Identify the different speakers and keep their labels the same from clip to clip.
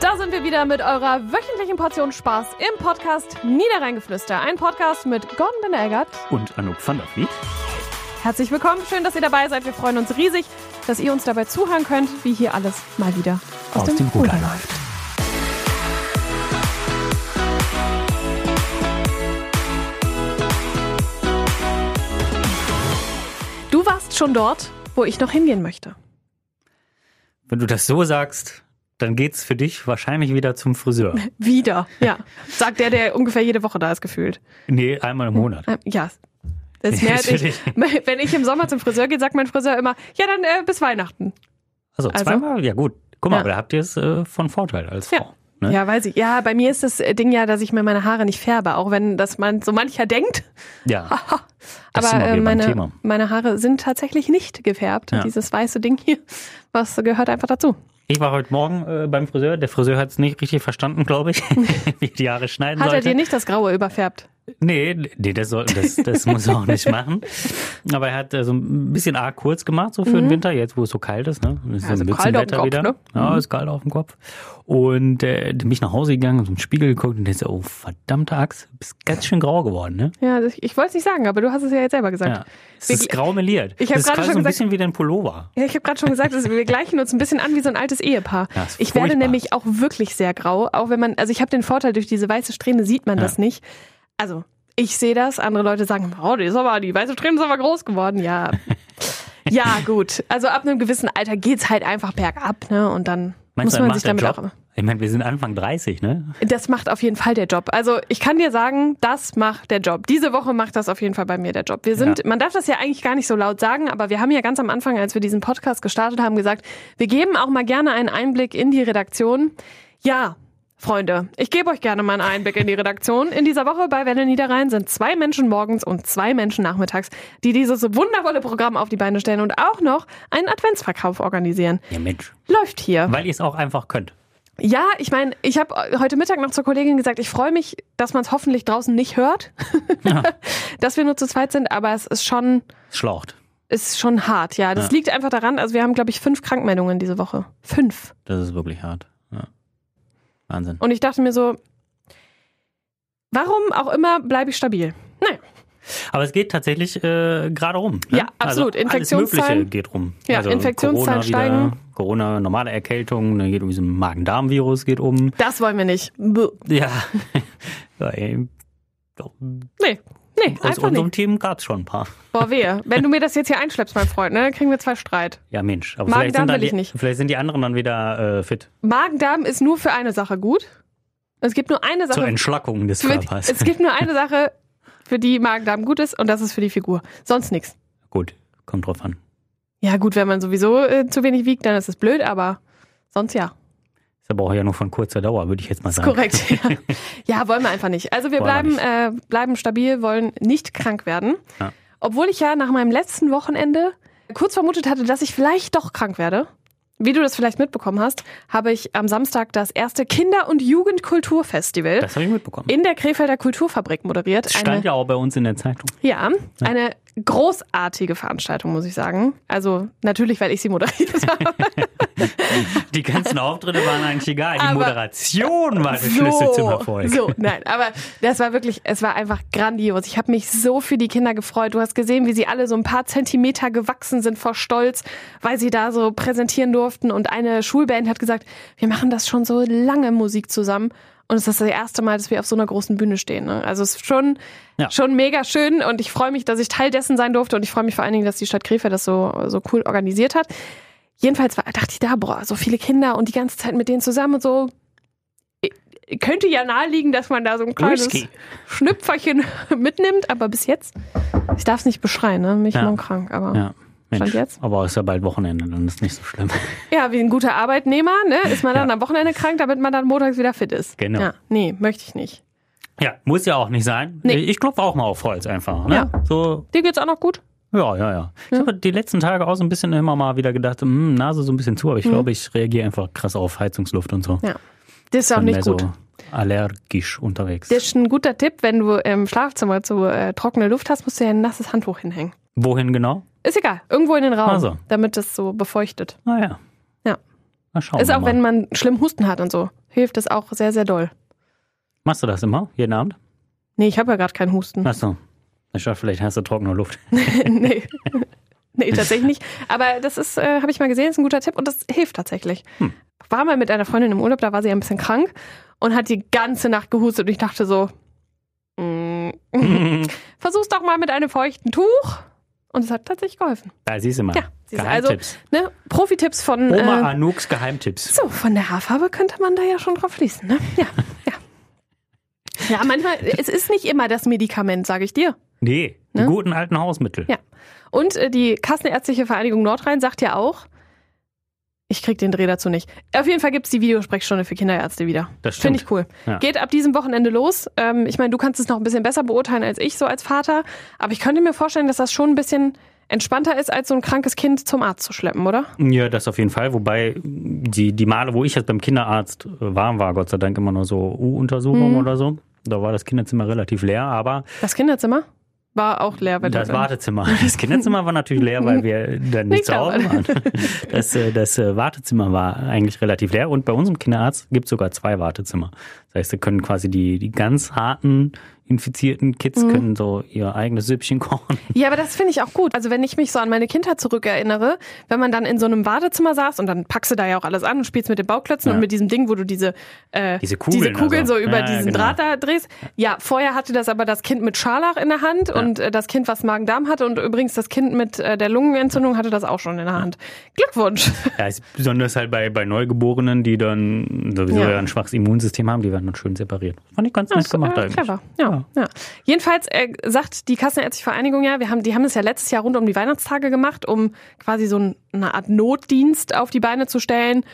Speaker 1: Da sind wir wieder mit eurer wöchentlichen Portion Spaß im Podcast Niederrheingeflüster. Ein Podcast mit Gordon Benegert.
Speaker 2: Und Anouk van der Vliet.
Speaker 1: Herzlich willkommen, schön, dass ihr dabei seid. Wir freuen uns riesig, dass ihr uns dabei zuhören könnt, wie hier alles mal wieder aus, dem, Ruder läuft. Du warst schon dort, wo ich noch hingehen möchte.
Speaker 2: Wenn du das so sagst, dann geht's für dich wahrscheinlich wieder zum Friseur.
Speaker 1: Wieder, ja. Sagt der, der ungefähr jede Woche da ist, gefühlt.
Speaker 2: Nee, einmal im Monat.
Speaker 1: Ähm, Ja. Das ist mehr als ich, wenn ich im Sommer zum Friseur gehe, sagt mein Friseur immer, ja, dann äh, bis Weihnachten.
Speaker 2: Also
Speaker 1: Also-
Speaker 2: zweimal? Ja gut. Guck mal,
Speaker 1: Ja.
Speaker 2: aber da habt ihr es äh, von Vorteil als
Speaker 1: Ja.
Speaker 2: Frau. Ne?
Speaker 1: Ja, weiß ich. Ja, bei mir ist das äh, Ding ja, dass ich mir meine Haare nicht färbe, auch wenn das man so mancher denkt.
Speaker 2: ja. Das
Speaker 1: Aber
Speaker 2: sind wir
Speaker 1: äh,
Speaker 2: beim
Speaker 1: meine,
Speaker 2: Thema.
Speaker 1: meine Haare sind tatsächlich nicht gefärbt.
Speaker 2: Ja.
Speaker 1: Dieses weiße Ding hier, was gehört einfach dazu.
Speaker 2: Ich war heute Morgen äh, beim Friseur. Der Friseur hat es nicht richtig verstanden, glaube ich, wie ich die Haare schneiden
Speaker 1: Hat er
Speaker 2: sollte.
Speaker 1: dir nicht das Graue überfärbt?
Speaker 2: Nee, nee, das, soll, das, das muss er auch nicht machen. Aber er hat äh, so ein bisschen arg kurz gemacht, so für den Winter, jetzt wo es so kalt ist. Ne?
Speaker 1: Mhm.
Speaker 2: Es Ist
Speaker 1: Ja,
Speaker 2: so
Speaker 1: also
Speaker 2: ein
Speaker 1: kalt auf dem Kopf, ne?
Speaker 2: Ja, ist kalt auf dem Kopf. Und äh, bin ich nach Hause gegangen, so im Spiegel geguckt und dachte, so, oh verdammte Axt, bist ganz schön grau geworden, ne?
Speaker 1: Ja, das, ich wollte es nicht sagen, aber du hast es ja jetzt selber gesagt.
Speaker 2: Ja. Es ist grau meliert.
Speaker 1: Ich hab
Speaker 2: Das ist
Speaker 1: gerade
Speaker 2: quasi
Speaker 1: schon
Speaker 2: so ein
Speaker 1: gesagt-
Speaker 2: bisschen wie dein Pullover.
Speaker 1: Ja, ich habe gerade schon gesagt, dass wir gleichen uns ein bisschen an wie so ein altes Ehepaar.
Speaker 2: Ja, ist
Speaker 1: ich werde
Speaker 2: furchtbar.
Speaker 1: nämlich auch wirklich sehr grau, auch wenn man, also ich habe den Vorteil, durch diese weiße Strähne sieht man das nicht. Also ich sehe das, andere Leute sagen, oh, die, ist aber, die weiße Strähne ist aber groß geworden. Ja, ja gut. Also ab einem gewissen Alter geht's halt einfach bergab, ne? Und dann
Speaker 2: Meinst du,
Speaker 1: muss
Speaker 2: dann
Speaker 1: man
Speaker 2: macht
Speaker 1: sich
Speaker 2: der
Speaker 1: damit
Speaker 2: Job?
Speaker 1: auch...
Speaker 2: Ich meine, wir sind Anfang 30, ne?
Speaker 1: Das macht auf jeden Fall der Job. Also ich kann dir sagen, das macht der Job. Diese Woche macht das auf jeden Fall bei mir der Job. Wir sind, man darf das ja eigentlich gar nicht so laut sagen, aber wir haben ja ganz am Anfang, als wir diesen Podcast gestartet haben, gesagt, wir geben auch mal gerne einen Einblick in die Redaktion. Ja. Freunde, ich gebe euch gerne mal einen Einblick in die Redaktion. In dieser Woche bei Welle Niederrhein sind zwei Menschen morgens und zwei Menschen nachmittags, die dieses wundervolle Programm auf die Beine stellen und auch noch einen Adventsverkauf organisieren.
Speaker 2: Ja, Mensch.
Speaker 1: Läuft hier.
Speaker 2: Weil ihr es auch einfach könnt.
Speaker 1: Ja, ich meine, ich habe heute Mittag noch zur Kollegin gesagt, ich freue mich, dass man es hoffentlich draußen nicht hört, dass wir nur zu zweit sind, aber es ist schon,
Speaker 2: Es Schlaucht.
Speaker 1: ist schon hart. Ja, das
Speaker 2: Ja.
Speaker 1: liegt einfach daran, also wir haben, glaube ich, fünf Krankmeldungen diese Woche. Fünf.
Speaker 2: Das ist wirklich hart. Ja. Wahnsinn.
Speaker 1: Und ich dachte mir so, warum auch immer bleibe ich stabil. Naja,
Speaker 2: Aber es geht tatsächlich äh, gerade rum. Ne?
Speaker 1: Ja, absolut.
Speaker 2: Also Alles
Speaker 1: Infektionszahlen-
Speaker 2: Mögliche geht rum. Also
Speaker 1: Ja, Infektionszahlen
Speaker 2: Corona wieder,
Speaker 1: steigen.
Speaker 2: Corona, normale Erkältung, dann geht um diesen Magen-Darm-Virus geht um.
Speaker 1: das wollen wir nicht. Buh.
Speaker 2: Ja. ja ey. Doch,
Speaker 1: Nee, nee,
Speaker 2: Aus
Speaker 1: einfach
Speaker 2: unserem
Speaker 1: nicht.
Speaker 2: Team gab es schon ein paar.
Speaker 1: Boah, wehe. Wenn du mir das jetzt hier einschleppst, mein Freund, ne, dann kriegen wir zwei Streit.
Speaker 2: Ja, Mensch. Aber
Speaker 1: Magen-Darm
Speaker 2: vielleicht, sind dann
Speaker 1: will
Speaker 2: die,
Speaker 1: ich nicht.
Speaker 2: vielleicht sind die anderen dann wieder äh, fit.
Speaker 1: Magen-Darm ist nur für eine Sache gut. Es gibt nur eine Sache,
Speaker 2: Zur Entschlackung des
Speaker 1: Für-
Speaker 2: Körpers.
Speaker 1: Es gibt nur eine Sache, für die Magen-Darm gut ist und das ist für die Figur. Sonst nichts.
Speaker 2: Gut, kommt drauf an.
Speaker 1: Ja gut, wenn man sowieso äh, zu wenig wiegt, dann ist es blöd, aber sonst ja.
Speaker 2: Ist aber auch ja nur von kurzer Dauer, würde ich jetzt mal sagen.
Speaker 1: Korrekt. Ja. ja, wollen wir einfach nicht. Also wir
Speaker 2: Wollen wir
Speaker 1: bleiben, äh, bleiben stabil, wollen nicht krank werden.
Speaker 2: Ja.
Speaker 1: Obwohl ich ja nach meinem letzten Wochenende kurz vermutet hatte, dass ich vielleicht doch krank werde. Wie du das vielleicht mitbekommen hast, habe ich am Samstag das erste Kinder- und Jugendkulturfestival
Speaker 2: Das habe ich mitbekommen.
Speaker 1: in der Krefelder Kulturfabrik moderiert.
Speaker 2: Das
Speaker 1: Eh Eine-
Speaker 2: stand ja auch bei uns in der Zeitung.
Speaker 1: Ja, eine großartige Veranstaltung, muss ich sagen. Also natürlich, weil ich sie moderiert habe.
Speaker 2: Die ganzen Auftritte waren eigentlich egal. Die
Speaker 1: Aber-
Speaker 2: Moderation war das Schlüsselzimmerfolge.
Speaker 1: so, nein, aber das war wirklich, es war einfach grandios. Ich habe mich so für die Kinder gefreut. Du hast gesehen, wie sie alle so ein paar Zentimeter gewachsen sind vor Stolz, weil sie da so präsentieren durften. Und eine Schulband hat gesagt, wir machen das schon so lange Musik zusammen. Und es ist das erste Mal, dass wir auf so einer großen Bühne stehen. Ne? Also es ist schon,
Speaker 2: Ja.
Speaker 1: schon mega schön und ich freue mich, dass ich Teil dessen sein durfte und ich freue mich vor allen Dingen, dass die Stadt Krefeld das so, so cool organisiert hat. Jedenfalls war, dachte ich da, boah, so viele Kinder und die ganze Zeit mit denen zusammen und so. Eh, Könnte ja naheliegen, dass man da so ein kleines
Speaker 2: Whisky.
Speaker 1: Schnüpferchen mitnimmt, aber bis jetzt, ich darf es nicht beschreien, ne? mich
Speaker 2: Ja.
Speaker 1: morgen krank, aber ja.
Speaker 2: Ja. Mensch,
Speaker 1: Stand jetzt?
Speaker 2: aber ist ja bald Wochenende, dann ist nicht so schlimm.
Speaker 1: wie ein guter Arbeitnehmer, ne? ist man dann
Speaker 2: Ja.
Speaker 1: am Wochenende krank, damit man dann montags wieder fit ist.
Speaker 2: Genau.
Speaker 1: Ja, nee, möchte ich nicht.
Speaker 2: Ja, muss ja auch nicht sein.
Speaker 1: Nee.
Speaker 2: Ich klopfe auch mal auf Holz einfach. Ne?
Speaker 1: Ja.
Speaker 2: So,
Speaker 1: Dir geht's auch noch gut?
Speaker 2: ja, ja, ja. Ich habe die letzten Tage auch so ein bisschen immer mal wieder gedacht, hm, Nase so ein bisschen zu, aber ich glaube, ich reagiere einfach krass auf Heizungsluft und so.
Speaker 1: Mhm. Ja. Das ist auch
Speaker 2: Bin
Speaker 1: nicht
Speaker 2: mehr
Speaker 1: gut.
Speaker 2: so allergisch unterwegs.
Speaker 1: Das ist ein guter Tipp, wenn du im Schlafzimmer zu äh, trockene Luft hast, musst du ja ein nasses Handtuch hinhängen.
Speaker 2: Wohin genau?
Speaker 1: Ist egal, irgendwo in den Raum,
Speaker 2: Also.
Speaker 1: damit es so befeuchtet.
Speaker 2: Naja.
Speaker 1: Ja.
Speaker 2: Mal schauen.
Speaker 1: ist
Speaker 2: wir
Speaker 1: auch,
Speaker 2: Ah, mal.
Speaker 1: wenn man schlimm Husten hat und so. Hilft hilft das auch sehr, sehr doll.
Speaker 2: Machst du das immer? Jeden Abend?
Speaker 1: Nee, ich habe ja gerade keinen Husten.
Speaker 2: Achso. Ich dachte, vielleicht hast du trockene Luft.
Speaker 1: nee. nee, tatsächlich nicht. Aber das ist, äh, habe ich mal gesehen, ist ein guter Tipp und das hilft tatsächlich.
Speaker 2: Hm.
Speaker 1: War mal mit einer Freundin im Urlaub, da war sie ein bisschen krank und hat die ganze Nacht gehustet und ich dachte so, mm, versuch's doch mal mit einem feuchten Tuch. Und es hat tatsächlich geholfen.
Speaker 2: Da siehst du mal.
Speaker 1: Ja, siehst du, also
Speaker 2: Geheimtipps.
Speaker 1: ne, Profi-Tipps von
Speaker 2: Oma
Speaker 1: äh,
Speaker 2: Anouks Geheimtipps.
Speaker 1: so von der Haarfarbe könnte man da ja schon drauf schließen, ne? Ja, ja. Ja, manchmal, es ist nicht immer das Medikament, sage ich dir.
Speaker 2: Nee, die
Speaker 1: Ne?
Speaker 2: guten alten Hausmittel.
Speaker 1: Ja. Und äh, die Kassenärztliche Vereinigung Nordrhein sagt ja auch, ich krieg den Dreh dazu nicht. Auf jeden Fall gibt's die Videosprechstunde für Kinderärzte wieder.
Speaker 2: Das
Speaker 1: Finde
Speaker 2: stimmt.
Speaker 1: ich cool.
Speaker 2: Ja.
Speaker 1: Geht ab diesem Wochenende los. Ähm, ich meine, du kannst es noch ein bisschen besser beurteilen als ich, so als Vater. Aber ich könnte mir vorstellen, dass das schon ein bisschen entspannter ist, als so ein krankes Kind zum Arzt zu schleppen, oder?
Speaker 2: Ja, das auf jeden Fall. Wobei die, die Male, wo ich jetzt beim Kinderarzt äh, war, war Gott sei Dank immer nur so U-Untersuchung oder so. Da war das Kinderzimmer relativ leer, aber
Speaker 1: Das Kinderzimmer war auch leer. wenn
Speaker 2: das
Speaker 1: du-
Speaker 2: Wartezimmer. Das Kinderzimmer war natürlich leer, weil wir dann nicht
Speaker 1: Nicht
Speaker 2: zu Hause
Speaker 1: da waren.
Speaker 2: waren. Das, äh, das äh, Wartezimmer war eigentlich relativ leer und bei unserem Kinderarzt gibt es sogar zwei Wartezimmer. Das heißt, da können quasi die, die ganz harten infizierten Kids können so ihr eigenes Süppchen kochen.
Speaker 1: Ja, aber das finde ich auch gut. Also wenn ich mich so an meine Kindheit zurückerinnere, wenn man dann in so einem Wartezimmer saß und dann packst du da ja auch alles an und spielst mit den Bauklötzen
Speaker 2: Ja.
Speaker 1: und mit diesem Ding, wo du diese, äh,
Speaker 2: Diese Kugeln
Speaker 1: Kugeln
Speaker 2: also.
Speaker 1: so über
Speaker 2: Ja, ja,
Speaker 1: diesen
Speaker 2: genau.
Speaker 1: Draht da drehst. Ja, vorher hatte das aber das Kind mit Scharlach in der Hand und äh, das Kind, was Magen-Darm hatte und übrigens das Kind mit äh, der Lungenentzündung hatte das auch schon in der Hand. Glückwunsch.
Speaker 2: Ja, ist besonders halt bei, bei Neugeborenen, die dann sowieso
Speaker 1: Ja.
Speaker 2: ja. ein schwaches Immunsystem haben, die werden dann schön separiert. Fand ich ganz
Speaker 1: Ja,
Speaker 2: nett
Speaker 1: ist,
Speaker 2: gemacht
Speaker 1: äh,
Speaker 2: eigentlich.
Speaker 1: Clever. Ja, ja. Jedenfalls äh, sagt die Kassenärztliche Vereinigung ja, wir haben, die haben es ja letztes Jahr rund um die Weihnachtstage gemacht, um quasi so ein, eine Art Notdienst auf die Beine zu stellen,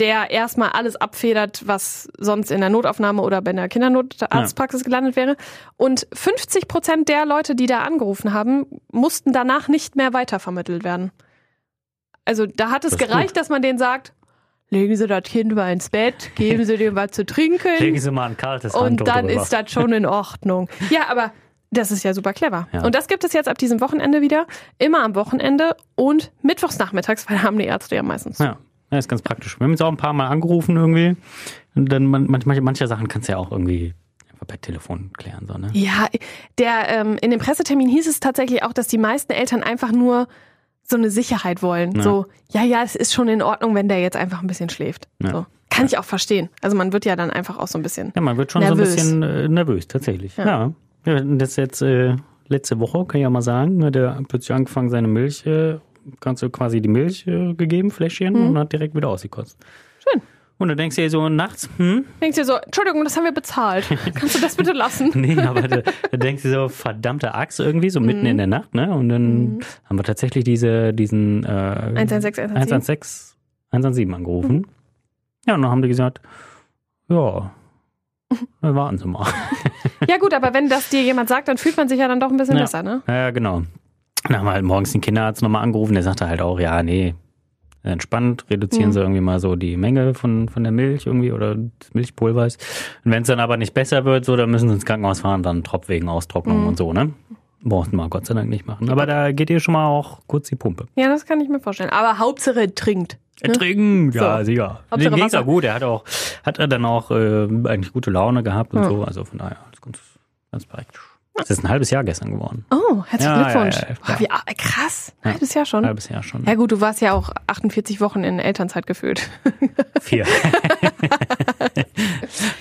Speaker 1: der erstmal alles abfedert, was sonst in der Notaufnahme oder bei einer Kindernotarztpraxis gelandet wäre. Und 50 Prozent der Leute, die da angerufen haben, mussten danach nicht mehr weitervermittelt werden. Also da hat es
Speaker 2: Das ist
Speaker 1: gereicht, dass man denen sagt, legen Sie das Kind mal ins Bett, geben Sie dem was zu trinken.
Speaker 2: Legen Sie mal ein kaltes
Speaker 1: Und
Speaker 2: Handtuch
Speaker 1: dann
Speaker 2: drüber.
Speaker 1: ist das schon in Ordnung. Ja, aber das ist ja super clever.
Speaker 2: Ja.
Speaker 1: Und das gibt es jetzt ab diesem Wochenende wieder. Immer am Wochenende und mittwochs nachmittags, weil da haben die Ärzte ja meistens.
Speaker 2: Ja, ja ist ganz praktisch. Wir haben jetzt auch ein paar Mal angerufen irgendwie. Und dann man, manche, manche Sachen kannst du ja auch irgendwie einfach per Telefon klären. So, ne?
Speaker 1: Ja, der, ähm, in dem Pressetermin hieß es tatsächlich auch, dass die meisten Eltern einfach nur so eine Sicherheit wollen.
Speaker 2: Ja.
Speaker 1: So, ja, ja, es ist schon in Ordnung, wenn der jetzt einfach ein bisschen schläft.
Speaker 2: Ja.
Speaker 1: So. Kann ich auch verstehen. Also man wird ja dann einfach auch so ein bisschen.
Speaker 2: Ja, man wird schon
Speaker 1: Nervös.
Speaker 2: so ein bisschen äh, nervös, tatsächlich.
Speaker 1: Ja.
Speaker 2: Ja. Wir hatten das jetzt äh, letzte Woche, kann ich ja mal sagen, ne, hat er plötzlich angefangen, seine Milch, äh, kannst du quasi die Milch äh, gegeben, Fläschchen, und hat direkt wieder ausgekotzt.
Speaker 1: Mhm. Schön.
Speaker 2: Und dann denkst du dir so nachts, hm,
Speaker 1: Denkst dir so, Entschuldigung, das haben wir bezahlt. Kannst du das bitte lassen?
Speaker 2: nee, aber da, da denkst du so, verdammte Axt irgendwie, so
Speaker 1: Mhm.
Speaker 2: mitten in der Nacht, ne? Und dann haben wir tatsächlich diese, diesen äh,
Speaker 1: 116, 117.
Speaker 2: 117, 117 angerufen. Ja, und dann haben die gesagt, ja, dann warten Sie mal.
Speaker 1: Ja gut, aber wenn das dir jemand sagt, dann fühlt man sich ja dann doch ein bisschen
Speaker 2: Ja.
Speaker 1: besser, ne?
Speaker 2: Ja, ja, genau. Dann haben wir halt morgens den Kinderarzt nochmal angerufen, der sagte halt auch, ja, nee, entspannt, reduzieren
Speaker 1: Mhm.
Speaker 2: sie irgendwie mal so die Menge von, von der Milch irgendwie oder des Milchpulvers. Und wenn es dann aber nicht besser wird, so, dann müssen sie ins Krankenhaus fahren, dann Tropf wegen Austrocknung
Speaker 1: Mhm.
Speaker 2: und so, ne? Brauchten wir Gott sei Dank nicht machen. Aber da geht ihr schon mal auch kurz die Pumpe.
Speaker 1: Ja, das kann ich mir vorstellen. Aber Hauptsache er trinkt.
Speaker 2: Er trinken, ja,
Speaker 1: So.
Speaker 2: sicher.
Speaker 1: Hauptsache
Speaker 2: Dem ging's
Speaker 1: Wasser.
Speaker 2: auch gut. Er hat auch, hat er dann auch äh, eigentlich gute Laune gehabt und
Speaker 1: Ja.
Speaker 2: so. Also von daher, alles ganz, ganz praktisch. Es ist ein halbes Jahr gestern geworden.
Speaker 1: Oh, herzlichen
Speaker 2: Ja,
Speaker 1: Glückwunsch.
Speaker 2: ja, ja,
Speaker 1: Boah, wie, ah, krass.
Speaker 2: Ja.
Speaker 1: Halbes Jahr schon.
Speaker 2: Ein halbes Jahr schon.
Speaker 1: Ja gut, du warst ja auch 48 Wochen in Elternzeit gefühlt.
Speaker 2: Vier.
Speaker 1: Ja,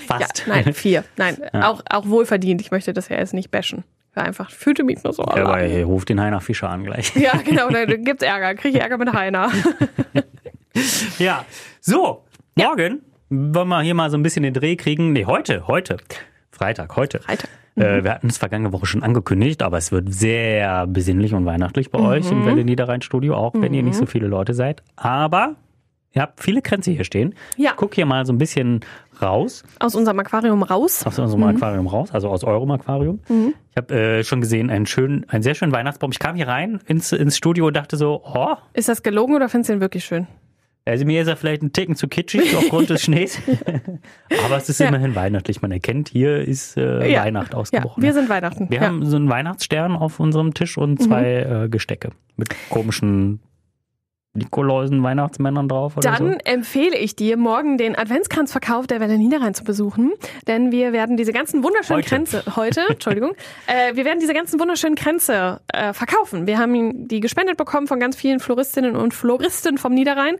Speaker 2: Fast.
Speaker 1: nein, vier. Nein, auch, auch wohlverdient. Ich möchte das ja jetzt nicht bashen. War einfach, fühlte mich nur so
Speaker 2: Ja, aber
Speaker 1: allein.
Speaker 2: hey, ruf den Heiner Fischer an gleich.
Speaker 1: Ja, genau, da gibt's Ärger. Krieg ich Ärger mit Heiner.
Speaker 2: Ja, so, morgen wollen wir hier mal so ein bisschen den Dreh kriegen. Nee, heute, heute. Freitag, heute.
Speaker 1: Freitag.
Speaker 2: Äh, wir hatten es vergangene Woche schon angekündigt, aber es wird sehr besinnlich und weihnachtlich bei euch im Welle Niederrhein Studio, auch wenn ihr nicht so viele Leute seid. Aber ihr habt viele Kränze hier stehen.
Speaker 1: Ja.
Speaker 2: Ich gucke hier mal so ein bisschen raus.
Speaker 1: Aus unserem Aquarium raus.
Speaker 2: aus unserem Aquarium raus, also aus eurem Aquarium.
Speaker 1: Mhm.
Speaker 2: Ich habe äh, schon gesehen, einen schönen, einen sehr schönen Weihnachtsbaum. Ich kam hier rein ins, ins Studio und dachte so, oh,
Speaker 1: Ist das gelogen oder findest du den wirklich schön?
Speaker 2: also mir ist er vielleicht ein Ticken zu kitschig aufgrund des Schnees. Aber es ist immerhin weihnachtlich. Man erkennt, hier ist äh,
Speaker 1: Ja.
Speaker 2: Weihnacht
Speaker 1: Ja,
Speaker 2: ausgebrochen.
Speaker 1: wir sind Weihnachten.
Speaker 2: Wir
Speaker 1: ja. Mhm.
Speaker 2: haben so einen Weihnachtsstern auf unserem Tisch und zwei äh, Gestecke mit komischen Nikoläusen, Weihnachtsmännern drauf oder
Speaker 1: Dann
Speaker 2: so.
Speaker 1: empfehle ich dir, morgen den Adventskranzverkauf der Welle Niederrhein zu besuchen, denn wir werden diese ganzen wunderschönen
Speaker 2: Heute.
Speaker 1: Kränze heute, Entschuldigung, äh, wir werden diese ganzen wunderschönen Kränze äh, verkaufen. Wir haben die gespendet bekommen von ganz vielen Floristinnen und Floristen vom Niederrhein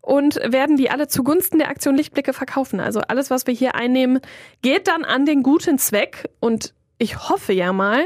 Speaker 1: und werden die alle zugunsten der Aktion Lichtblicke verkaufen. Also alles, was wir hier einnehmen, geht dann an den guten Zweck und ich hoffe ja mal,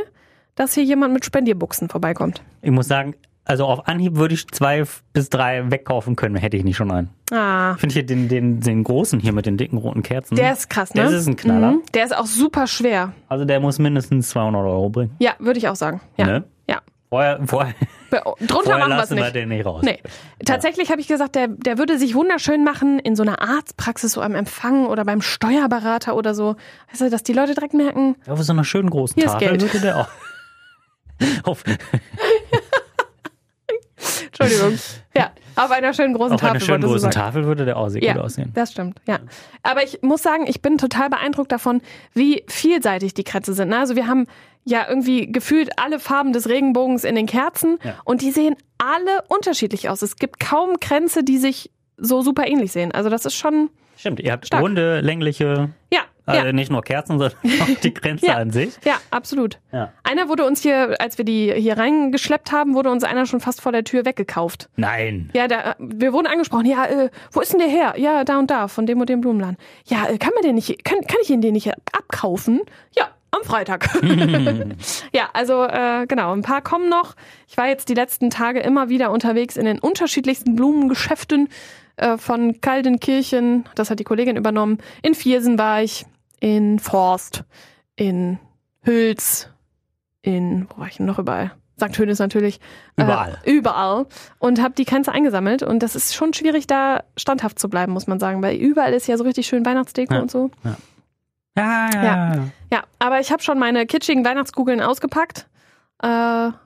Speaker 1: dass hier jemand mit Spendierbuchsen vorbeikommt.
Speaker 2: Ich muss sagen, also auf Anhieb würde ich zwei bis drei wegkaufen können, hätte ich nicht schon einen.
Speaker 1: Ah.
Speaker 2: Finde ich hier den, den, den großen hier mit den dicken roten Kerzen.
Speaker 1: Der ist krass, ne?
Speaker 2: Das ist ein Knaller.
Speaker 1: Mhm. Der ist auch super schwer.
Speaker 2: Also der muss mindestens 200 Euro bringen.
Speaker 1: Ja, würde ich auch sagen. Ja.
Speaker 2: Ne?
Speaker 1: ja.
Speaker 2: Vorher, vorher,
Speaker 1: Be- Drunter
Speaker 2: vorher
Speaker 1: machen wir es
Speaker 2: lassen wir
Speaker 1: nicht.
Speaker 2: den nicht raus.
Speaker 1: Nee. Tatsächlich habe ich gesagt, der, der würde sich wunderschön machen in so einer Arztpraxis, so am Empfang oder beim Steuerberater oder so. Weißt du, dass die Leute direkt merken,
Speaker 2: Auf so einer schönen großen
Speaker 1: Hier ist
Speaker 2: Tafel
Speaker 1: Geld.
Speaker 2: würde der auch. auf
Speaker 1: Entschuldigung. ja, auf einer schönen großen
Speaker 2: auf
Speaker 1: Tafel.
Speaker 2: einer schönen
Speaker 1: wolltest du
Speaker 2: großen
Speaker 1: sagen.
Speaker 2: Tafel würde der auch sehr
Speaker 1: Ja,
Speaker 2: gut aussehen.
Speaker 1: das stimmt, ja. Aber ich muss sagen, ich bin total beeindruckt davon, wie vielseitig die Kretze sind. ne? Also wir haben ja irgendwie gefühlt alle Farben des Regenbogens in den Kerzen
Speaker 2: Ja.
Speaker 1: und die sehen alle unterschiedlich aus. Es gibt kaum Kränze, die sich so super ähnlich sehen. Also das ist schon,
Speaker 2: Stimmt, ihr habt
Speaker 1: Stark.
Speaker 2: runde, längliche,
Speaker 1: ja,
Speaker 2: also
Speaker 1: ja,
Speaker 2: nicht nur Kerzen, sondern auch die Grenze
Speaker 1: Ja.
Speaker 2: an sich.
Speaker 1: ja, absolut.
Speaker 2: Ja.
Speaker 1: Einer wurde uns hier, als wir die hier reingeschleppt haben, wurde uns einer schon fast vor der Tür weggekauft.
Speaker 2: Nein.
Speaker 1: Ja, da, wir wurden angesprochen. Ja, äh, wo ist denn der her? Ja, da und da, von dem und dem Blumenladen. Ja, äh, kann man den nicht, kann, kann ich ihn den nicht abkaufen? Ja, am Freitag. ja, also äh, genau, ein paar kommen noch. Ich war jetzt die letzten Tage immer wieder unterwegs in den unterschiedlichsten Blumengeschäften äh, von Kaldenkirchen, das hat die Kollegin übernommen. In Viersen war ich, in Forst, in Hülz, in, wo war ich denn noch überall? St. Hönes natürlich.
Speaker 2: Überall.
Speaker 1: Äh, überall. Und habe die Grenze eingesammelt. Und das ist schon schwierig, da standhaft zu bleiben, muss man sagen. Weil überall ist ja so richtig schön Weihnachtsdeko
Speaker 2: Ja.
Speaker 1: und so.
Speaker 2: Ah, Ja,
Speaker 1: Ja.
Speaker 2: ja.
Speaker 1: Ja, aber ich habe schon meine kitschigen Weihnachtskugeln ausgepackt. Äh,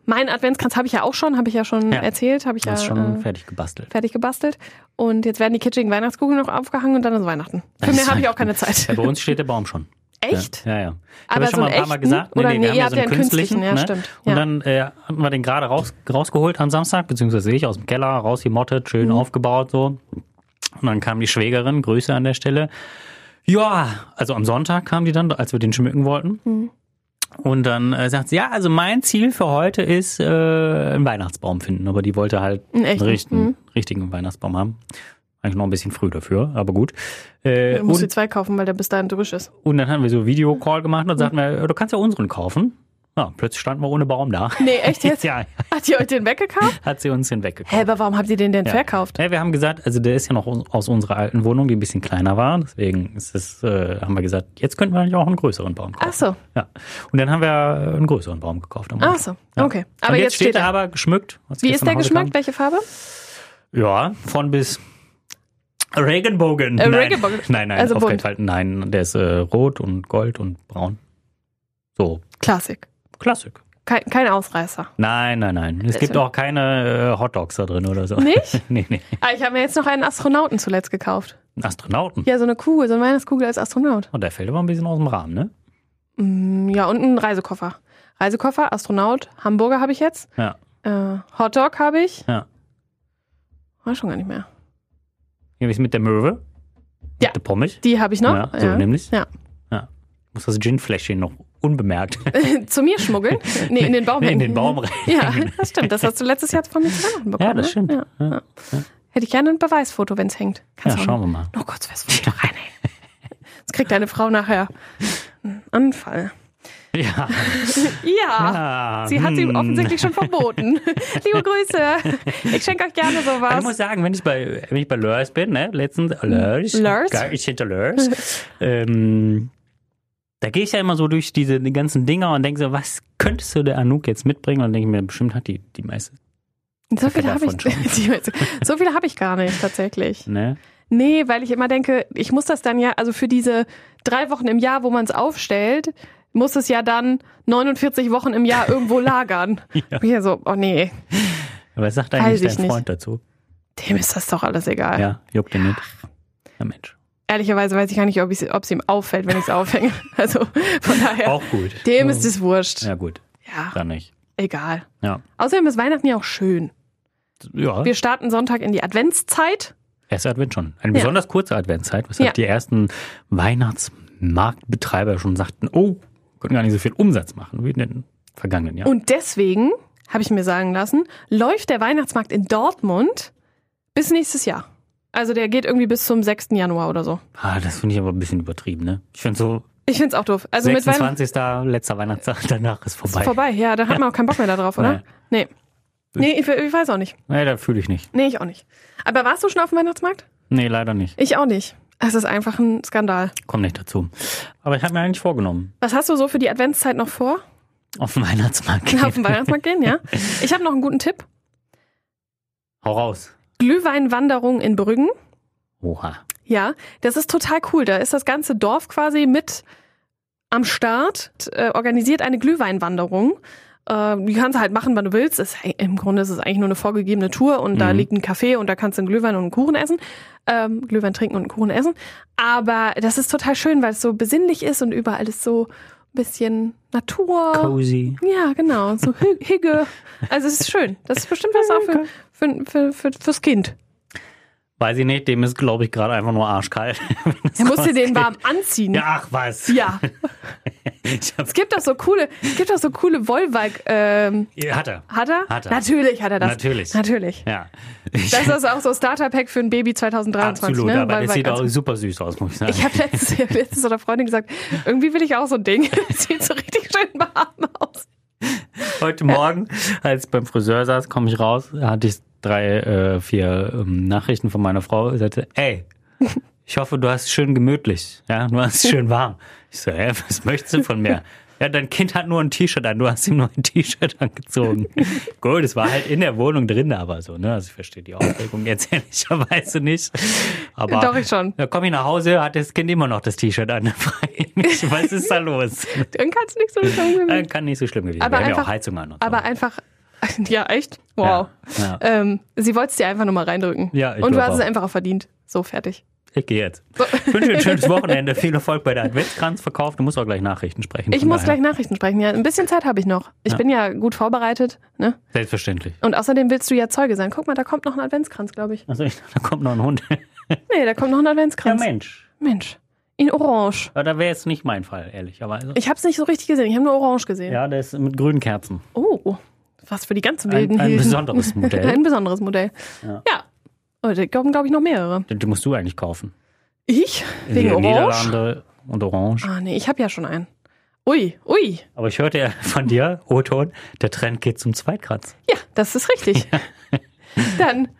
Speaker 1: mein Adventskranz habe ich ja auch schon, habe ich ja schon
Speaker 2: Ja.
Speaker 1: erzählt, habe ich ja
Speaker 2: Das ist schon
Speaker 1: äh,
Speaker 2: fertig gebastelt.
Speaker 1: fertig gebastelt. Und jetzt werden die kitschigen Weihnachtskugeln noch aufgehangen und dann ist Weihnachten. Für
Speaker 2: Das
Speaker 1: mehr
Speaker 2: ist
Speaker 1: habe ich auch
Speaker 2: Weihnachten.
Speaker 1: keine Zeit.
Speaker 2: Ja, bei uns steht der Baum schon.
Speaker 1: Echt?
Speaker 2: Ja, ja. ja. Ich
Speaker 1: Aber
Speaker 2: hab ja
Speaker 1: so
Speaker 2: schon mal ein
Speaker 1: einen
Speaker 2: paar Mal
Speaker 1: echten?
Speaker 2: gesagt.
Speaker 1: Oder nee,
Speaker 2: wir
Speaker 1: ihr
Speaker 2: haben ja
Speaker 1: habt
Speaker 2: so einen
Speaker 1: ja einen künstlichen,
Speaker 2: künstlichen.
Speaker 1: ja,
Speaker 2: ne?
Speaker 1: stimmt.
Speaker 2: Und
Speaker 1: Ja.
Speaker 2: dann äh, hatten wir den gerade raus, rausgeholt am Samstag, beziehungsweise ich aus dem Keller, raus gemottet, schön
Speaker 1: Mhm.
Speaker 2: aufgebaut so. Und dann kam die Schwägerin, Grüße an der Stelle. Ja, also am Sonntag kam die dann, als wir den schmücken wollten.
Speaker 1: Mhm.
Speaker 2: Und dann äh, sagt sie, ja, also mein Ziel für heute ist äh, einen Weihnachtsbaum finden. Aber die wollte halt
Speaker 1: Einen
Speaker 2: einen,
Speaker 1: echten,
Speaker 2: richtigen,
Speaker 1: mhm.
Speaker 2: richtigen Weihnachtsbaum haben. Eigentlich noch ein bisschen früh dafür, aber gut. Äh,
Speaker 1: Du musst
Speaker 2: und-
Speaker 1: dir zwei kaufen, weil der bis dahin durch ist.
Speaker 2: und dann haben wir so Videocall gemacht und sagten, wir, du kannst ja unseren kaufen. Ja, plötzlich standen wir ohne Baum da.
Speaker 1: Nee, echt jetzt?
Speaker 2: ja,
Speaker 1: Hat ihr euch den weggekauft?
Speaker 2: hat sie uns
Speaker 1: Hä,
Speaker 2: hinweggekauft.
Speaker 1: aber warum habt ihr den denn
Speaker 2: Ja.
Speaker 1: verkauft?
Speaker 2: Ja, wir haben gesagt, also der ist ja noch aus- aus unserer alten Wohnung, die ein bisschen kleiner war. Deswegen ist es, äh, haben wir gesagt, jetzt könnten wir eigentlich auch einen größeren Baum kaufen.
Speaker 1: Ach so,
Speaker 2: Ja. Und dann haben wir einen größeren Baum gekauft. am
Speaker 1: ach
Speaker 2: Anfang.
Speaker 1: so,
Speaker 2: Ja.
Speaker 1: okay.
Speaker 2: Und
Speaker 1: Ah, Aber
Speaker 2: jetzt,
Speaker 1: jetzt
Speaker 2: steht
Speaker 1: steht
Speaker 2: er
Speaker 1: er.
Speaker 2: aber geschmückt. als
Speaker 1: Wie
Speaker 2: gestern
Speaker 1: ist der
Speaker 2: nach Hause kam.
Speaker 1: geschmückt? Welche Farbe?
Speaker 2: Ja, von bis Regenbogen.
Speaker 1: Äh,
Speaker 2: nein.
Speaker 1: Regenbogen.
Speaker 2: nein, nein,
Speaker 1: Also
Speaker 2: auf keinen
Speaker 1: bunt.
Speaker 2: Fall. Nein, der ist äh, rot und gold und braun. So,
Speaker 1: Klassik.
Speaker 2: Klassik.
Speaker 1: Kein, kein Ausreißer.
Speaker 2: Nein, nein, nein. Es
Speaker 1: Deswegen.
Speaker 2: gibt auch keine äh, Hotdogs da drin oder so.
Speaker 1: Nicht?
Speaker 2: nee, nee.
Speaker 1: Ah, ich habe mir jetzt noch einen Astronauten zuletzt gekauft.
Speaker 2: Ein Astronauten.
Speaker 1: Ja, so eine Kugel, so eine Weihnachtskugel als Astronaut.
Speaker 2: Und der fällt aber ein bisschen aus dem Rahmen, ne?
Speaker 1: Mm, Ja, und einen Reisekoffer. Reisekoffer, Astronaut, Hamburger habe ich jetzt.
Speaker 2: Ja.
Speaker 1: Äh, Hotdog habe ich.
Speaker 2: Ja.
Speaker 1: War schon gar nicht mehr.
Speaker 2: Hier ist mit der Möwe.
Speaker 1: Ja.
Speaker 2: Mit der Pommes.
Speaker 1: Die habe ich noch.
Speaker 2: Ja, so nämlich.
Speaker 1: Ja.
Speaker 2: ja. Muss das Ginfläschchen noch unbemerkt
Speaker 1: Zu mir schmuggeln? Oh, Nee, in den Baum
Speaker 2: in den
Speaker 1: hängen.
Speaker 2: Baum rein.
Speaker 1: Ja, das stimmt. Das hast du letztes Jahr von mir zu Weihnachten bekommen.
Speaker 2: Ja, das
Speaker 1: ne?
Speaker 2: stimmt.
Speaker 1: Ja.
Speaker 2: Ja, ja.
Speaker 1: Hätte ich gerne ein Beweisfoto, wenn es hängt. du auch Oh
Speaker 2: schauen wir mal.
Speaker 1: Noch kurz fürs Foto rein. ey. Sonst kriegt deine Frau nachher einen Anfall.
Speaker 2: Ja.
Speaker 1: Ja.
Speaker 2: Ah,
Speaker 1: Sie hat sie
Speaker 2: hm.
Speaker 1: offensichtlich schon verboten. Liebe Grüße. Ich schenke euch gerne
Speaker 2: Also
Speaker 1: sowas.
Speaker 2: Ich muss sagen, wenn ich bei, wenn ich bei Lurs bin, ne, letztens, Lurs,
Speaker 1: Hm. Lurs?
Speaker 2: gar- ich hinter Lurs, ähm, da gehe ich ja immer so durch diese die ganzen Dinger und denke so, was könntest du der Anouk jetzt mitbringen? Und dann denke ich mir, bestimmt hat die die meiste,
Speaker 1: So viele habe
Speaker 2: davon
Speaker 1: ich, so viele habe ich gar nicht tatsächlich.
Speaker 2: ne?
Speaker 1: Nee, weil ich immer denke, ich muss das dann ja, also für diese drei Wochen im Jahr, wo man es aufstellt, muss es ja dann 49 Wochen im Jahr irgendwo lagern. ja. Hier so, oh nee,
Speaker 2: Aber was sagt
Speaker 1: Weiß
Speaker 2: eigentlich
Speaker 1: ich
Speaker 2: dein
Speaker 1: nicht.
Speaker 2: Freund dazu?
Speaker 1: dem ist das doch alles egal.
Speaker 2: Ja, juckt ihn nicht. Ja, Mensch.
Speaker 1: Ehrlicherweise weiß ich gar nicht, ob es ihm auffällt, wenn ich es aufhänge. Also von daher,
Speaker 2: Auch gut.
Speaker 1: dem ist es wurscht. Ja,
Speaker 2: Oh. Ja, gut, dann nicht.
Speaker 1: egal.
Speaker 2: Ja.
Speaker 1: Außerdem ist Weihnachten ja auch schön.
Speaker 2: ja,
Speaker 1: Wir starten Sonntag in die Adventszeit.
Speaker 2: erster Advent schon. Eine
Speaker 1: Ja.
Speaker 2: besonders kurze Adventszeit, weshalb
Speaker 1: Ja.
Speaker 2: die ersten Weihnachtsmarktbetreiber schon sagten, oh, können gar nicht so viel Umsatz machen wie in den vergangenen Jahren.
Speaker 1: Und deswegen, habe ich mir sagen lassen, läuft der Weihnachtsmarkt in Dortmund bis nächstes Jahr. Also der geht irgendwie bis zum 6. Januar oder so.
Speaker 2: Ah, das finde ich aber ein bisschen übertrieben, ne? Ich finde so
Speaker 1: Ich find's auch doof. Also mit Weihnachten
Speaker 2: 26. letzter Weihnachtstag, danach ist vorbei.
Speaker 1: ist vorbei. Ja, da hat man auch keinen Bock mehr darauf, oder? Nee. Nee, ich, ich weiß auch nicht.
Speaker 2: Nee, da fühle ich nicht.
Speaker 1: Nee, ich auch nicht. Aber warst du schon auf dem Weihnachtsmarkt?
Speaker 2: Nee, leider nicht.
Speaker 1: Ich auch nicht. Es ist einfach ein Skandal.
Speaker 2: Komm nicht dazu. Aber ich habe mir eigentlich vorgenommen,
Speaker 1: Was hast du so für die Adventszeit noch vor?
Speaker 2: auf den Weihnachtsmarkt
Speaker 1: Auf den
Speaker 2: gehen.
Speaker 1: Weihnachtsmarkt gehen, ja? Ich habe noch einen guten Tipp.
Speaker 2: Hau raus.
Speaker 1: Glühweinwanderung in Brüggen.
Speaker 2: Oha.
Speaker 1: Ja, das ist total cool. Da ist das ganze Dorf quasi mit am Start, äh, organisiert eine Glühweinwanderung. Äh, die kannst du halt machen, wann du willst. Ist, Im Grunde ist es eigentlich nur eine vorgegebene Tour und da
Speaker 2: Mhm.
Speaker 1: liegt ein Café und da kannst du einen Glühwein und einen Kuchen essen. Ähm, Glühwein trinken und einen Kuchen essen. Aber das ist total schön, weil es so besinnlich ist und überall ist so ein bisschen Natur.
Speaker 2: Cozy.
Speaker 1: Ja, genau. So Hi- Higge. Also es ist schön. Das ist bestimmt was auch für, für, für, für, fürs Kind.
Speaker 2: Weiß ich nicht, dem ist, glaube ich, gerade einfach nur arschkalt. wenn das
Speaker 1: Er musste den
Speaker 2: rausgeht.
Speaker 1: warm anziehen.
Speaker 2: Ja, ach was.
Speaker 1: Ja.
Speaker 2: Ich hab,
Speaker 1: Es gibt doch so coole, es gibt doch so coole Wollwalk. Ähm,
Speaker 2: hat er.
Speaker 1: hat er?
Speaker 2: Hat er.
Speaker 1: Natürlich hat er das.
Speaker 2: Natürlich.
Speaker 1: Natürlich.
Speaker 2: Ja.
Speaker 1: Das ist auch so Starter-Pack für ein Baby 2023.
Speaker 2: Absolut,
Speaker 1: ne?
Speaker 2: aber das sieht auch
Speaker 1: Wollwalk-
Speaker 2: super süß aus, muss ich sagen.
Speaker 1: ich habe letztens, ich hab letztens zu einer Freundin gesagt, irgendwie will ich auch so ein Ding. Das sieht so richtig schön warm aus.
Speaker 2: Heute Morgen, als ich beim Friseur saß, komme ich raus, hatte ich drei, äh, vier ähm, Nachrichten von meiner Frau. Sie sagte, ey, ich hoffe, du hast es schön gemütlich. Ja, du hast es schön warm. Ich so, hä, was möchtest du von mir? Ja, dein Kind hat nur ein T-Shirt an, du hast ihm nur ein T-Shirt angezogen. Gut, es war halt in der Wohnung drin, aber so, ne? Also ich verstehe die Aufregung jetzt ehrlicherweise nicht. Aber
Speaker 1: Doch, ich schon.
Speaker 2: Da komme ich nach Hause, hat das Kind immer noch das T-Shirt an. Dann frage ich mich, was ist da los?
Speaker 1: Dann kannst du nichts so
Speaker 2: Äh,
Speaker 1: sagen.
Speaker 2: Kann nicht so schlimm gewesen
Speaker 1: Aber
Speaker 2: sein. Wir haben ja auch
Speaker 1: einfach-
Speaker 2: Heizung an und so.
Speaker 1: Aber einfach, ja, echt? Wow.
Speaker 2: Ja, ja.
Speaker 1: Ähm, sie wollte es dir einfach nur mal reindrücken.
Speaker 2: Ja, ich
Speaker 1: Und du
Speaker 2: glaub
Speaker 1: hast es
Speaker 2: auch.
Speaker 1: einfach auch verdient. So, fertig.
Speaker 2: Ich gehe jetzt. Ich wünsche dir ein schönes Wochenende. Viel Erfolg bei der Adventskranzverkauf. Du musst auch gleich Nachrichten sprechen.
Speaker 1: Ich
Speaker 2: Von
Speaker 1: muss
Speaker 2: daher.
Speaker 1: gleich Nachrichten sprechen. Ja, ein bisschen Zeit habe ich noch. Ich
Speaker 2: Ja.
Speaker 1: bin ja gut vorbereitet. Ne?
Speaker 2: Selbstverständlich.
Speaker 1: Und außerdem willst du ja Zeuge sein. Guck mal, da kommt noch ein Adventskranz, glaube ich.
Speaker 2: Also, ich, da kommt noch ein Hund.
Speaker 1: Nee, da kommt noch ein
Speaker 2: Ja,
Speaker 1: Adventskranz.
Speaker 2: Mensch.
Speaker 1: Mensch, in Orange.
Speaker 2: Ja, da wäre jetzt nicht mein Fall, ehrlicherweise.
Speaker 1: Ich habe es nicht so richtig gesehen. Ich habe nur Orange gesehen.
Speaker 2: Ja, der ist mit grünen Kerzen.
Speaker 1: Oh, was für die ganz wilden
Speaker 2: Ein, ein
Speaker 1: Helden.
Speaker 2: besonderes Modell.
Speaker 1: ein besonderes Modell.
Speaker 2: Ja.
Speaker 1: Ja. Und da kommen, glaube ich, noch mehrere.
Speaker 2: Den, den musst du eigentlich kaufen.
Speaker 1: Ich? Wegen
Speaker 2: Die
Speaker 1: Orange?
Speaker 2: Niederlande und Orange.
Speaker 1: Ah, nee, ich habe ja schon einen. Ui, ui.
Speaker 2: Aber ich hörte ja von dir, O-Ton, der Trend geht zum Zweitkratz.
Speaker 1: Ja, das ist richtig. Dann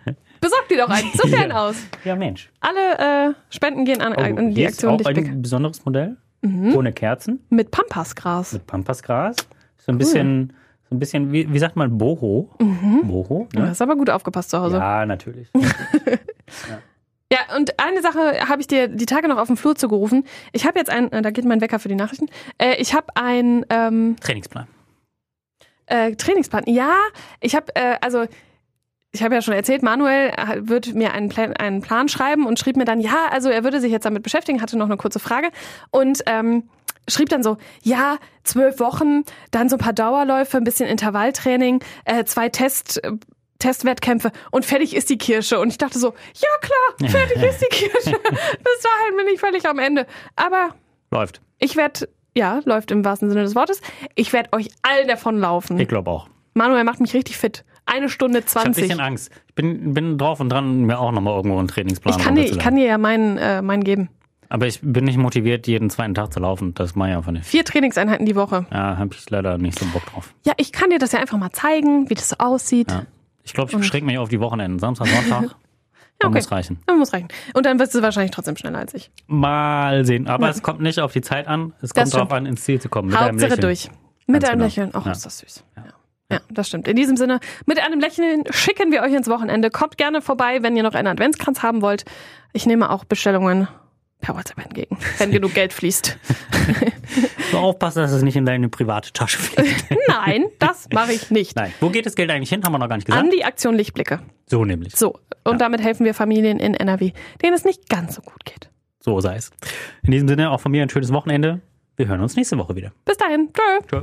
Speaker 1: besorgt dir doch einen. So fern aus.
Speaker 2: Ja, Mensch.
Speaker 1: Alle äh, Spenden gehen an, an die
Speaker 2: hier ist
Speaker 1: Aktion Mhm.
Speaker 2: auch
Speaker 1: Lichtblick.
Speaker 2: ein besonderes Modell. Ohne Kerzen,
Speaker 1: Mit Pampasgras.
Speaker 2: mit Pampasgras. So ein bisschen, so ein bisschen wie, wie sagt man, Boho.
Speaker 1: Mhm.
Speaker 2: Boho,
Speaker 1: Du
Speaker 2: ne?
Speaker 1: hast aber gut aufgepasst zu Hause.
Speaker 2: Ja, natürlich.
Speaker 1: Ja, und eine Sache habe ich dir die Tage noch auf den Flur zugerufen. Ich habe jetzt ein, äh, da geht mein Wecker für die Nachrichten. Äh, ich habe ein ähm,
Speaker 2: Trainingsplan.
Speaker 1: äh, Trainingsplan. Ja, ich habe, äh, also ich habe ja schon erzählt, Manuel äh, wird mir einen Plan, einen Plan schreiben und schrieb mir dann, ja, also er würde sich jetzt damit beschäftigen, hatte noch eine kurze Frage und ähm, schrieb dann so, ja, zwölf Wochen, dann so ein paar Dauerläufe, ein bisschen Intervalltraining, äh, zwei Test. Äh, Testwettkämpfe und fertig ist die Kirsche. Und ich dachte so, ja klar, fertig ist die Kirsche. Bis dahin bin ich völlig am Ende. Aber
Speaker 2: Läuft.
Speaker 1: ich werde, ja, läuft im wahrsten Sinne des Wortes, ich werde euch allen davonlaufen.
Speaker 2: Ich glaube auch.
Speaker 1: Manuel macht mich richtig fit. Eine Stunde
Speaker 2: Ich habe ein
Speaker 1: 20.
Speaker 2: bisschen Angst. Ich bin, bin drauf und dran, mir auch nochmal irgendwo einen Trainingsplan
Speaker 1: Ich kann, dir, ich
Speaker 2: runterzuladen.
Speaker 1: kann dir ja meinen, äh, meinen geben.
Speaker 2: Aber ich bin nicht motiviert, jeden zweiten Tag zu laufen. Das mache ich einfach nicht.
Speaker 1: Vier Trainingseinheiten die Woche.
Speaker 2: Ja, habe ich leider nicht so Bock drauf.
Speaker 1: Ja, ich kann dir das ja einfach mal zeigen, wie das so aussieht.
Speaker 2: Ja. Ich glaube, ich beschränke mich auf die Wochenenden. Samstag, Sonntag. Dann muss reichen.
Speaker 1: Das muss reichen. Und dann wirst du wahrscheinlich trotzdem schneller als ich.
Speaker 2: Mal sehen. Aber es kommt nicht auf die Zeit an. Es kommt
Speaker 1: stimmt.
Speaker 2: darauf an, ins Ziel zu kommen. Mit einem
Speaker 1: Hauptsache
Speaker 2: Lächeln.
Speaker 1: durch. Mit
Speaker 2: Ganz
Speaker 1: einem
Speaker 2: genau.
Speaker 1: Lächeln. Ach,
Speaker 2: Ja.
Speaker 1: ist das süß. Ja. ja, das stimmt. In diesem Sinne, mit einem Lächeln schicken wir euch ins Wochenende. Kommt gerne vorbei, wenn ihr noch einen Adventskranz haben wollt. Ich nehme auch Bestellungen per WhatsApp entgegen, wenn genug Geld fließt.
Speaker 2: Nur aufpassen, dass es nicht in deine private Tasche fällt.
Speaker 1: Nein, das mache ich nicht.
Speaker 2: Nein. Wo geht das Geld eigentlich hin? Haben wir noch gar nicht gesagt.
Speaker 1: An die Aktion Lichtblicke.
Speaker 2: So nämlich.
Speaker 1: So, und damit helfen wir Familien in NRW, denen es nicht ganz so gut geht.
Speaker 2: So sei es. In diesem Sinne auch von mir ein schönes Wochenende. Wir hören uns nächste Woche wieder.
Speaker 1: Bis dahin, tschö.
Speaker 2: Tschö.